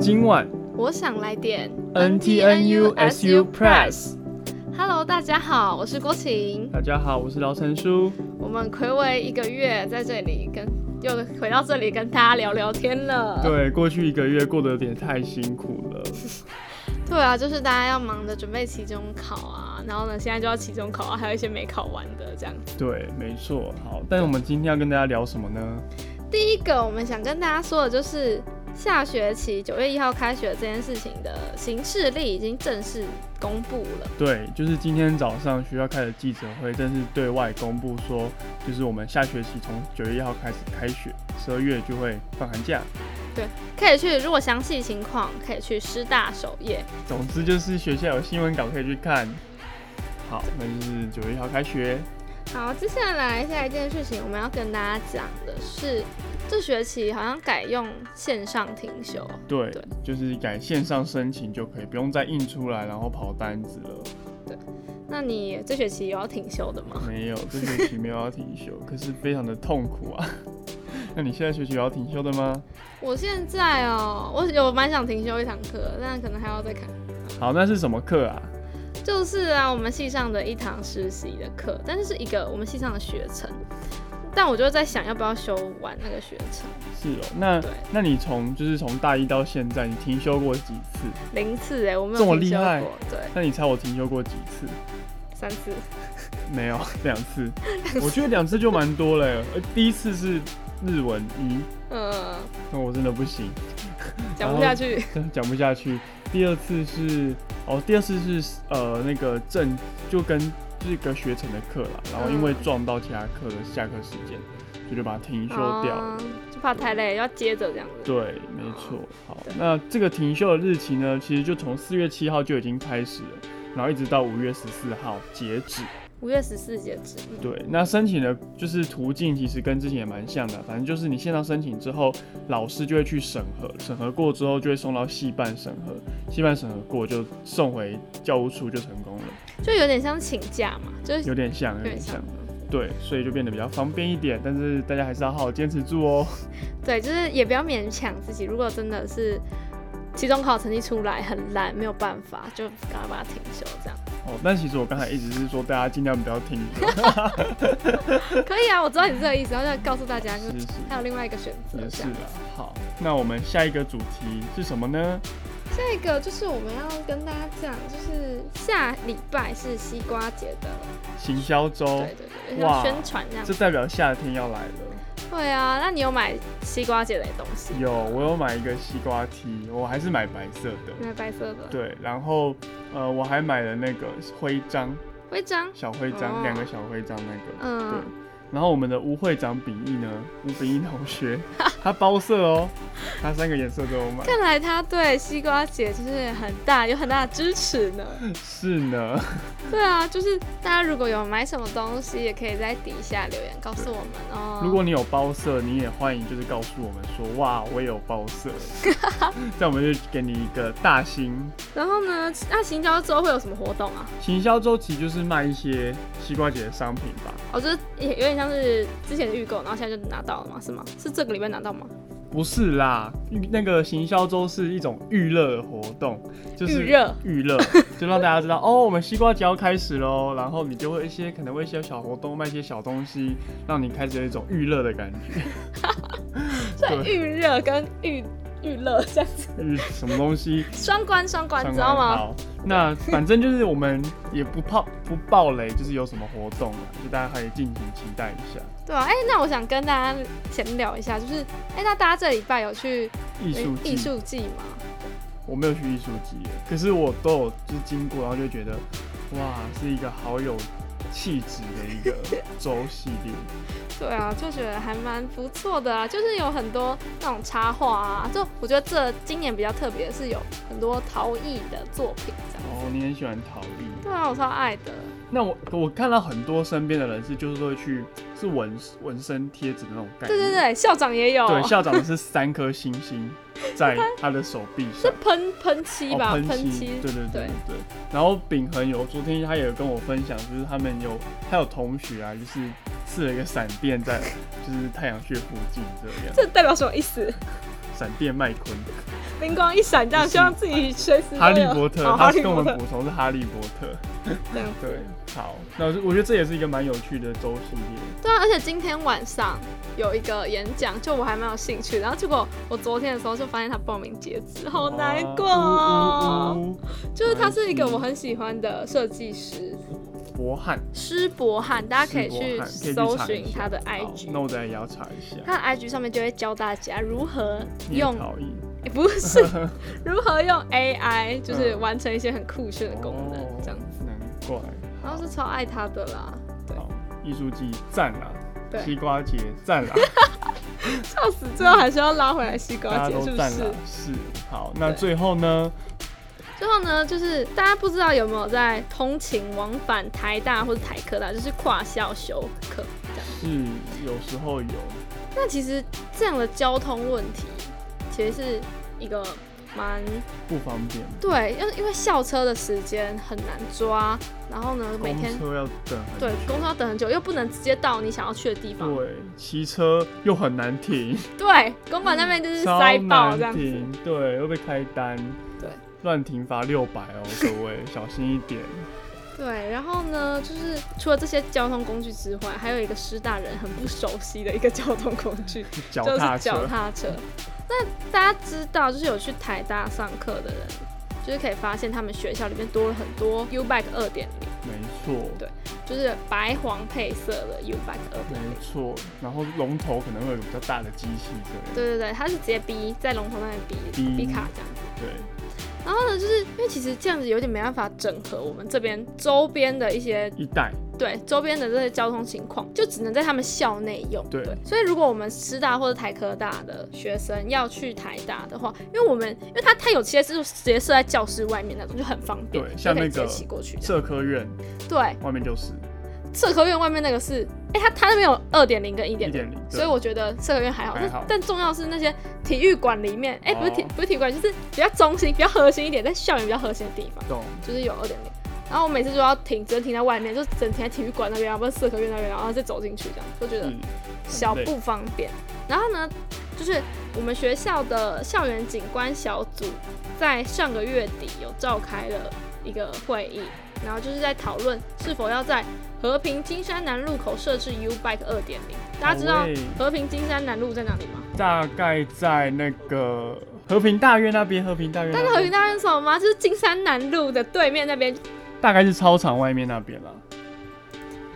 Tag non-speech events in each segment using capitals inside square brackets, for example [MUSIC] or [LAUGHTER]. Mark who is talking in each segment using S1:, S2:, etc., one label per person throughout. S1: 今晚
S2: 我想来点
S1: NTNU SU Press。
S2: Hello，大家好，我是郭晴。
S1: 大家好，我是劳成叔。
S2: 我们暌违一个月，在这里跟又回到这里跟大家聊聊天了。
S1: 对，过去一个月过得有点太辛苦了。
S2: 对啊，就是大家要忙着准备期中考啊，然后呢，现在就要期中考啊，还有一些没考完的这样。
S1: 对，没错。好，但我们今天要跟大家聊什么呢？
S2: 第一个，我们想跟大家说的就是下学期九月一号开学这件事情的行事历已经正式公布了。
S1: 对，就是今天早上学校开的记者会，正式对外公布说，就是我们下学期从九月一号开始开学，十二月就会放寒假。
S2: 对，可以去，如果详细情况可以去师大首页。
S1: 总之就是学校有新闻稿可以去看。好，那就是九月一号开学。
S2: 好，接下来下一件事情我们要跟大家讲的是，这学期好像改用线上停休。
S1: 对，
S2: 对
S1: 就是改线上申请就可以，不用再印出来然后跑单子了。
S2: 那你这学期有要停休的吗？
S1: 没有，这学期没有要停休，可是非常的痛苦 [LAUGHS] 啊。那你现在学期有要停休的吗？
S2: 我现在哦，我有蛮想停休一堂课，但可能还要再看。
S1: 好，那是什么课啊？
S2: 就是啊，我们系上的一堂实习的课，但是是一个我们系上的学程。但我就在想，要不要修完那个学程？
S1: 是哦，那
S2: 对
S1: 那你从就是从大一到现在，你停休过几次？
S2: 零次哎、我没有
S1: 这么
S2: 停
S1: 厉
S2: 休
S1: 害
S2: 过，对，
S1: 那你猜我停休过几次？
S2: [LAUGHS] 三次。
S1: 没有， [LAUGHS] 两次。我觉得两次就蛮多了耶。呃，第一次是日文一，
S2: 嗯，
S1: 那我真的不行，
S2: 讲不下去。
S1: 真 [LAUGHS] 的讲不下去。第二次是哦，第二次是呃那个政就跟就是一个学程的课啦，然后因为撞到其他课的下课时间，所以就把它停休掉了。
S2: 啊就怕太累，要接着这样子。
S1: 对，没错。好
S2: 对，
S1: 那这个停休的日期呢，其实就从四月七号就已经开始了，然后一直到五月十四号截止。
S2: 五月十四截止。嗯
S1: 对，那申请的就是途径其实跟之前也蛮像的，反正就是你线上申请之后，老师就会去审核，审核过之后就会送到系办审核，系办审核过就送回教务处就成功了，
S2: 就有点像请假嘛，就是
S1: 有点像，有
S2: 有
S1: 点
S2: 点
S1: 像
S2: 像。。
S1: 对，所以就变得比较方便一点，但是大家还是要好好坚持住哦。
S2: 对，就是也不要勉强自己。如果真的是期中考成绩出来很烂，没有办法，就赶快把它停休这样。
S1: [LAUGHS] 哦，但其实我刚才一直是说大家尽量不要停休，
S2: 可以啊，我知道你这个意思，然后就告诉大家，啊就是啊
S1: 是是。
S2: 还有另外一个选择
S1: 也
S2: 这
S1: 是
S2: 样。
S1: 啦。好，那我们下一个主题是什么呢？
S2: 下一个就是我们要跟大家讲，就是下礼拜是西瓜节的，
S1: 行销周
S2: 对，对对，
S1: 哦哇
S2: 像宣传这样
S1: 这。代表夏天要来了。
S2: 对啊，那你有买西瓜节的东西？
S1: 有，我有买一个西瓜 T，我还是买白色的。
S2: 买白色的
S1: 对，然后呃，我还买了那个徽章，
S2: 徽章，
S1: 小徽章，
S2: 哦
S1: 两、个小徽章那个。对
S2: 嗯，。
S1: 然后我们的吴会长秉义呢，吴秉义同学，他包色哦，他三个颜色都有买。
S2: 看来他对西瓜姐就是很大有很大的支持
S1: [LAUGHS]
S2: 呢。
S1: 是呢，
S2: 对啊，就是大家如果有买什么东西，也可以在底下留言告诉我们哦。
S1: 如果你有包色，你也欢迎就是告诉我们说，哇，我也有包
S2: [LAUGHS]
S1: 色，这样我们就给你一个大星
S2: 然后呢，那行销之后会有什么活动啊？
S1: 行销周期就是卖一些西瓜姐的商品吧，
S2: 哦，就是也有点像是之前的预购，然后现在就拿到了吗？是吗？是这个礼拜拿到吗？
S1: 不是啦，预那个行销周是一种预热的活动，就是
S2: 预热
S1: 预
S2: [LAUGHS]
S1: 热，就让大家知道哦，我们西瓜节要开始喽，然后你就会一些可能会一些小活动，卖一些小东西，让你开始有一种预热的感觉。
S2: 所以哎预热跟预预热这样子，
S1: 预 [LAUGHS] 什么东
S2: [LAUGHS]
S1: 西？
S2: 双关双关，
S1: 上
S2: 知道
S1: 官 [LAUGHS]
S2: 吗？
S1: 好，那反正就是我们也不怕不暴雷，就是有什么活动啊，就大家可以敬请期待一下。
S2: 对啊，哎、那我想跟大家闲聊一下，就是哎、那大家这礼拜有去
S1: 艺术
S2: 艺
S1: 季
S2: 术季吗？
S1: 我没有去艺术节，可是我都有就是经过，然后就觉得，哇，是一个好有气质的一个周系列。
S2: 对啊，就觉得还蛮不错的啊，就是有很多那种插画啊，就我觉得这今年比较特别，是有很多陶艺的作品这样。
S1: 哦，你很喜欢陶艺，
S2: 对啊，我超爱的。
S1: 那我我看到很多身边的人是就是说去是纹纹身贴纸的那种概
S2: 对
S1: 念。
S2: 对对，校长也有，
S1: 嗯对校长是三颗星
S2: [LAUGHS]
S1: 星在他的手臂
S2: 是
S1: 上。
S2: 喷喷漆吧？
S1: 哦
S2: 喷
S1: 漆，对对对对
S2: 对
S1: 对。然后秉恒有昨天他也有跟我分享，就是他们有他有同学啊，就是刺了一个闪电在就是太阳穴附近这样。
S2: 这代表什么意思？
S1: 闪电麦昆，
S2: 灵光一闪，这样
S1: 不是
S2: 希望自己随时都有
S1: 哈利波特
S2: 哦，
S1: 他
S2: 哈
S1: 是
S2: 利
S1: 跟我
S2: 波
S1: 们
S2: 特
S1: 补充是哈利波特。
S2: 这样
S1: 对
S2: 子。，
S1: 好，那我就我觉得这也是一个蛮有趣的周系列。
S2: 对啊，而且今天晚上有一个演讲，就我还蛮有兴趣的。然后结果我昨天的时候就发现他报名截止，好难过
S1: 嗯啊
S2: 哦。
S1: 呜呜呜
S2: 就是他是一个我很喜欢的设计师
S1: 博汉，
S2: 施博翰，大家可以
S1: 施
S2: 去
S1: 伯翰可以
S2: 搜
S1: 查一
S2: 寻
S1: 下
S2: 他的
S1: 好
S2: IG
S1: 那。我再也要查一下。
S2: 他的 IG 上面就会教大家如何用，
S1: 讨厌，
S2: 诶不 [LAUGHS] 是如何用 AI，就是
S1: 嗯
S2: 完成一些很酷炫的功能，这样。
S1: 子，难怪。
S2: 然后是超爱他的啦，对，
S1: 好，艺术季赞啦，西
S2: 对，
S1: 瓜节赞啦，
S2: 笑死，最后还是要拉回来西 [LAUGHS] 瓜
S1: 大家
S2: 姐，
S1: 都
S2: 是不
S1: 赞
S2: 是
S1: 啦？，是。好，那
S2: 对
S1: 最后呢？
S2: 最后呢，就是大家不知道有没有在通勤往返台大或者台科大，就是跨校修课这样。
S1: 是有时候有，
S2: 那其实这样的交通问题，其实是一个蛮
S1: 不方便。
S2: 对，因为因为校车的时间很难抓，然后呢，每
S1: 公
S2: 天
S1: 车要等很
S2: 对公车要等很久，又不能直接到你想要去的地方。
S1: 对，骑车又很难停，
S2: 对，公馆那边就
S1: 嗯
S2: 是
S1: 超
S2: 塞爆这
S1: 难
S2: 样子。
S1: 停，对，会被开单。
S2: 对，
S1: 乱停罚六百哦，各
S2: [LAUGHS]
S1: 位小心一点。
S2: 对，然后呢，就是除了这些交通工具之外，还有一个师大人很不熟悉的一个交通工具，
S1: 脚
S2: 就是
S1: 踏
S2: 脚
S1: 车，
S2: 踏车。那大家知道，就是有去台大上课的人，就是可以发现他们学校里面多了很多 U Bike 二点零，
S1: 没错，
S2: 对就是白黄配色的 U Bike 二点
S1: 没
S2: 零。
S1: 错。然后龙头可能会有个比较大的机器之类的。
S2: 对对对，它是直接逼在龙头那里逼
S1: 逼
S2: 逼卡这样子。
S1: 对，
S2: 然后呢，就是因为其实这样子有点没办法整合我们这边周边的一些
S1: 一代
S2: 对周边的这些交通情况，就只能在他们校内用。
S1: 对
S2: 所以如果我们师大或者台科大的学生要去台大的话，因为我们因为它它有些是直接设在教室外面那种，就很方便，
S1: 对
S2: 就
S1: 像
S2: 可以
S1: 那
S2: 直接
S1: 个
S2: 骑过去这样。
S1: 社科院
S2: 对，
S1: 外面就是
S2: 社科院外面那个是，哎、它它那边有二点零跟一
S1: 一
S2: 点零。
S1: 点零，对
S2: 所以我觉得社科院还好，
S1: 还
S2: 但
S1: 好
S2: 但重要是那些体育馆里面，哎、不是体、
S1: 哦
S2: 不是体育馆，就是比较中心、比较核心一点，在校园比较核心的地方，
S1: 懂
S2: 就是有二点零。然后我每次就要停，只能停在外面，就只能停在体育馆那边，要不然社科院那边，然后再走进去，这样就觉得
S1: 是
S2: 小不方便。然后呢，就是我们学校的校园景观小组在上个月底有召开了一个会议，然后就是在讨论是否要在和平金山南路口设置 U Bike 二点零。大家知道
S1: 好喂
S2: 和平金山南路在哪里吗？
S1: 大概在那个和平大院那边，和平大院那
S2: 大
S1: 边，
S2: 家和平大院是什么吗？就是金山南路的对面那边。
S1: 大概是操场外面那边啦。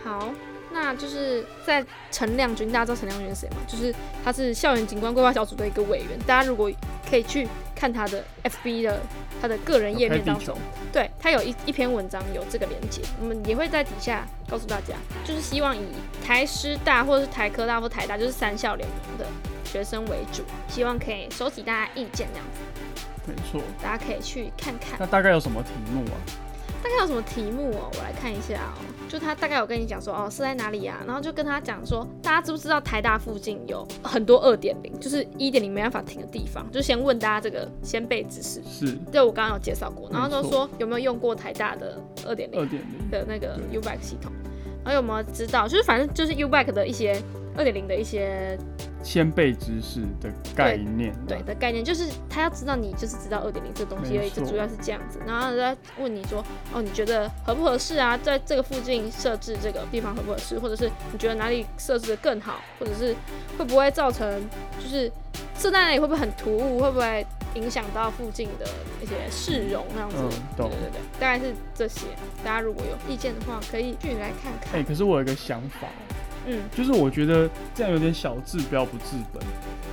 S2: 好。那就是在陈亮君，大家知道陈亮君是谁吗？就是他是校园景观规划小组的一个委员。大家如果可以去看他的 FB 的他的个人页面当中，对他有一一篇文章有这个连接，我们也会在底下告诉大家。就是希望以台师大或者是台科大或台大，就是三校联盟的学生为主，希望可以收集大家意见，这样子
S1: 没错。
S2: 大家可以去看看。
S1: 那大概有什么题目啊？
S2: 大概有什么题目哦？我来看一下哦。就他大概有跟你讲说，哦是在哪里呀、然后就跟他讲说，大家知不知道台大附近有很多二点零，就是一点零没办法停的地方，就先问大家这个先备知识。
S1: 是
S2: 对我刚刚有介绍过，然后就
S1: 没错
S2: 说有没有用过台大的二点
S1: 二
S2: 零
S1: 点零。
S2: 的那个
S1: 对
S2: U Bike 系统，然后有没有知道？就是反正就是 U Bike 的一些二点零的一些
S1: 先辈知识的概念、啊，
S2: 对的概念，就是他要知道你就是知道二点零这东西而
S1: 没
S2: 已，这
S1: 错嗯
S2: 主要是这样子。然后他问你说，哦，你觉得合不合适啊？在这个附近设置这个地方合不合适，或者是你觉得哪里设置的更好，或者是会不会造成就是设在那里会不会很突兀，会不会影响到附近的一些市容那样子？
S1: 嗯
S2: 对
S1: 懂
S2: 对对，大概是这些。大家如果有意见的话，可以去来看
S1: 哎、
S2: 看。
S1: 可是我有一个想法，
S2: 嗯，
S1: 就是我觉得这样有点小治标不治本，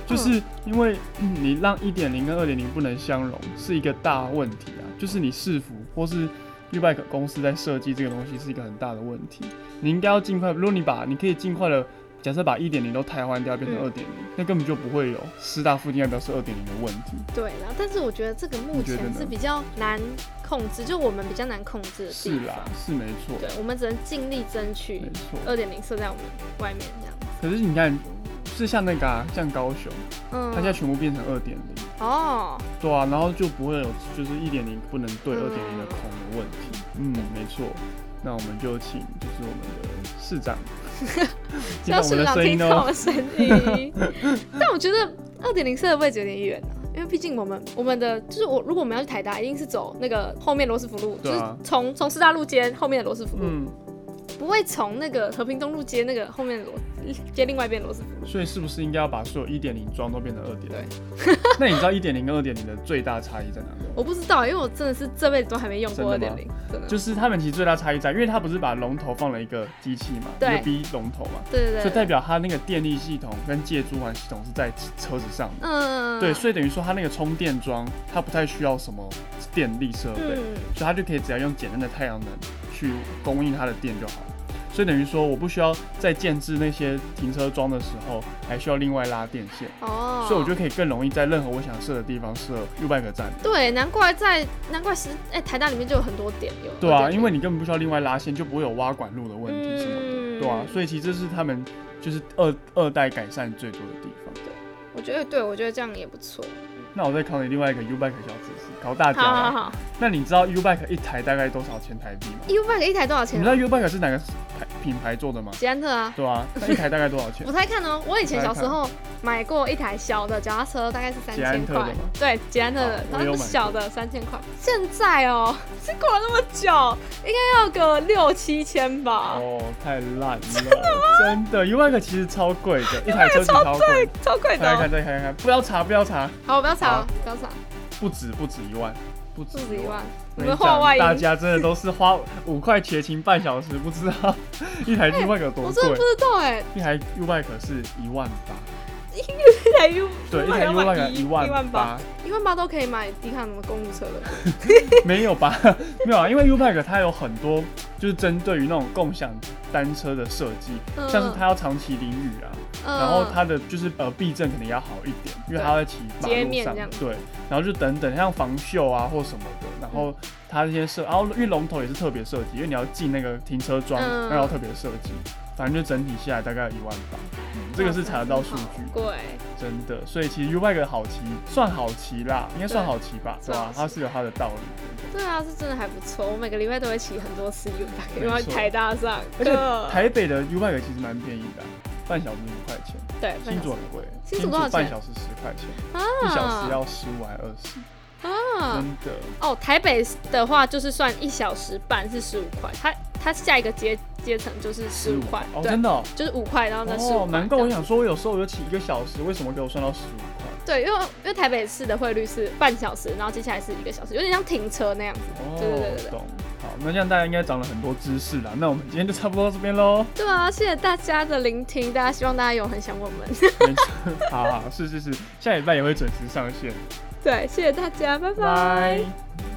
S1: 就是因为嗯你让一点零跟二点零不能相容是一个大问题啊，就是你市府或是 Ubike 公司在设计这个东西是一个很大的问题，你应该要尽快，如果你把你可以尽快的。假设把一点零都汰换掉，变成
S2: 嗯
S1: 二点零，那根本就不会有师大附近要不要是二点零的问题。
S2: 对啦。但是我觉得这个目
S1: 你觉得
S2: 前
S1: 呢
S2: 是比较难控制，就我们比较难控制的地
S1: 是
S2: 方
S1: 啦。，是没错，
S2: 对，我们只能尽力争取
S1: 没错。
S2: 二点零设在我们外面这样。
S1: 可是你看，是像那个啊，像高雄，
S2: 嗯，
S1: 它现在全部变成二点零，
S2: 哦，
S1: 对啊，然后就不会有就是一点零不能对
S2: 嗯
S1: 二点零的空的问题。嗯，没错。那我们就请就是我们的市
S2: [LAUGHS]
S1: 长听
S2: 要
S1: 到我
S2: 市
S1: 们的
S2: 长
S1: 声
S2: 听
S1: 音哦。 [LAUGHS]
S2: 到我的声音。但我觉得二点零设的位置有点远啊，因为毕竟我们我们的就是我，如果我们要去台大，一定是走那个后面罗斯福路，就
S1: 对啊
S2: 是从从师大路街后面的罗斯福路，
S1: 嗯，
S2: 不会从那个和平东路街那个后面的罗街另外一边的罗斯福路。
S1: 所以是不是应该要把所有一点零装都变成二点
S2: 对
S1: 零？ [LAUGHS] 那你知道一点零跟二点零的最大差异在哪里吗？
S2: 我不知道，啊因为我真的是这辈子都还没用过二
S1: 真的
S2: 点
S1: 吗
S2: 零，真的。
S1: 就是他们其实最大差异在，因为它不是把龙头放了一个机器嘛，一
S2: 对
S1: 个 B 龙头嘛，
S2: 对对
S1: 所
S2: 对
S1: 以代表它那个电力系统跟借珠环系统是在车子上的。
S2: 嗯，
S1: 对，所以等于说它那个充电桩，它不太需要什么电力设备，
S2: 嗯，
S1: 所以它就可以只要用简单的太阳能去供应它的电就好了。所以等于说，我不需要在建制那些停车桩的时候，还需要另外拉电线，
S2: 哦，
S1: 所以我就可以更容易在任何我想设的地方设 U bike 站。
S2: 对，难怪在难怪是哎、台大里面就有很多点有。
S1: 对啊，
S2: 2.0
S1: 因为你根本不需要另外拉线，就不会有挖管路的问题什么的。
S2: 嗯
S1: 对啊，所以其实这是他们就是二二代改善最多的地方。
S2: 我觉得对，我觉得这样也不错。
S1: 那我再考你另外一个 U bike 小知识，考大家
S2: 好好
S1: 啊。
S2: 好
S1: 那你知道 U bike 一台大概多少钱台币吗？
S2: ，U bike 一台多少
S1: 你
S2: 钱
S1: 知
S2: 啊？
S1: 道 U bike 是哪个牌品牌做的吗？
S2: 捷安特啊，
S1: 对
S2: [LAUGHS]
S1: 啊，那一台大概多少钱
S2: 不？太看哦。我以前小时候买过一台小的脚踏车，大概是三
S1: 捷安
S2: 千
S1: 特的
S2: 块
S1: 吗。
S2: 对，捷安特的
S1: 哦，
S2: 然
S1: 我有
S2: 后
S1: 买过
S2: 小的三千块。现在哦，是过了那么久，应该要个六七千吧，
S1: 哦，太
S2: [LAUGHS]
S1: 烂了，真的 U bike 其实超贵的，一台车子超贵。
S2: 超贵的
S1: 看
S2: 哦。
S1: 看再看看，不要查不要查，
S2: 好，我不要吵
S1: 好
S2: 了，不要吵，
S1: 不止不止一万，不止
S2: 不止一万。
S1: 我
S2: 你
S1: 跟你
S2: 们话外
S1: 讲，大
S2: 音。
S1: 家真的都是花五块钱骑半小时，不知道 [LAUGHS] 一台 U bike 有多
S2: 哎我真的
S1: 贵
S2: 不。知道哎、
S1: 一台 U bike 是一万八，
S2: 一台 U
S1: 对，一台 U
S2: 要买
S1: bike 一万八，，
S2: 一万八都可以买迪卡侬的公路车了。
S1: [LAUGHS] 没有吧？没有啊，因为 U bike 它有很多就是针对于那种共享单车的设计，
S2: 嗯
S1: 像是它要长期淋雨啊，
S2: 嗯
S1: 然后它的就是呃避震可能也要好一点，因为它会骑马
S2: 街
S1: 路
S2: 面
S1: 上
S2: 这样，
S1: 对，然后就等等像防锈啊或什么的，然
S2: 嗯
S1: 后它那些设，然后因为龙头也是特别设计，因为你要进那个停车桩，
S2: 嗯
S1: 那要特别设计，反正就整体下来大概一万八，嗯这个是查得到数据的，
S2: 贵，
S1: 真的，所以其实 U bike 好骑算好骑啦，应该算好骑吧，对
S2: 算
S1: 吧、
S2: 好骑
S1: 它是有它的道理的。
S2: 对啊，是真的还不错。我每个礼拜都会骑很多次 U 盘，
S1: 没错
S2: 因为要台大上嗯
S1: 而且
S2: 课。
S1: 台北的 U bike 其实蛮便宜的啊、半小时五块钱，
S2: 对，
S1: 新竹很啊贵，
S2: 新竹多少钱
S1: 半小时十块钱，一小时要十五还二十，
S2: 啊
S1: 真的。
S2: 哦，台北的话就是算一小时半是十五块，它它下一个阶阶层就是十五块，
S1: 哦，
S2: 对
S1: 真，的哦，
S2: 就是五块，然后再十
S1: 哦
S2: 五，块。
S1: 难怪我想说，我有时候我就骑一个小时，为什么给我算到十五块？
S2: 对，因为因为台北市的汇率是半小时，然后接下来是一个小时，有点像停车那样子。
S1: 哦，
S2: 对对对对对
S1: 懂。好，那这样大家应该长了很多知识啦。那我们今天就差不多到这边
S2: [LAUGHS]
S1: 喽。
S2: 对啊，谢谢大家的聆听，大家希望大家有很想我们。 [LAUGHS]
S1: 没错好好，是是是，下礼拜也会准时上线。
S2: 对，谢谢大家，拜拜。
S1: 拜。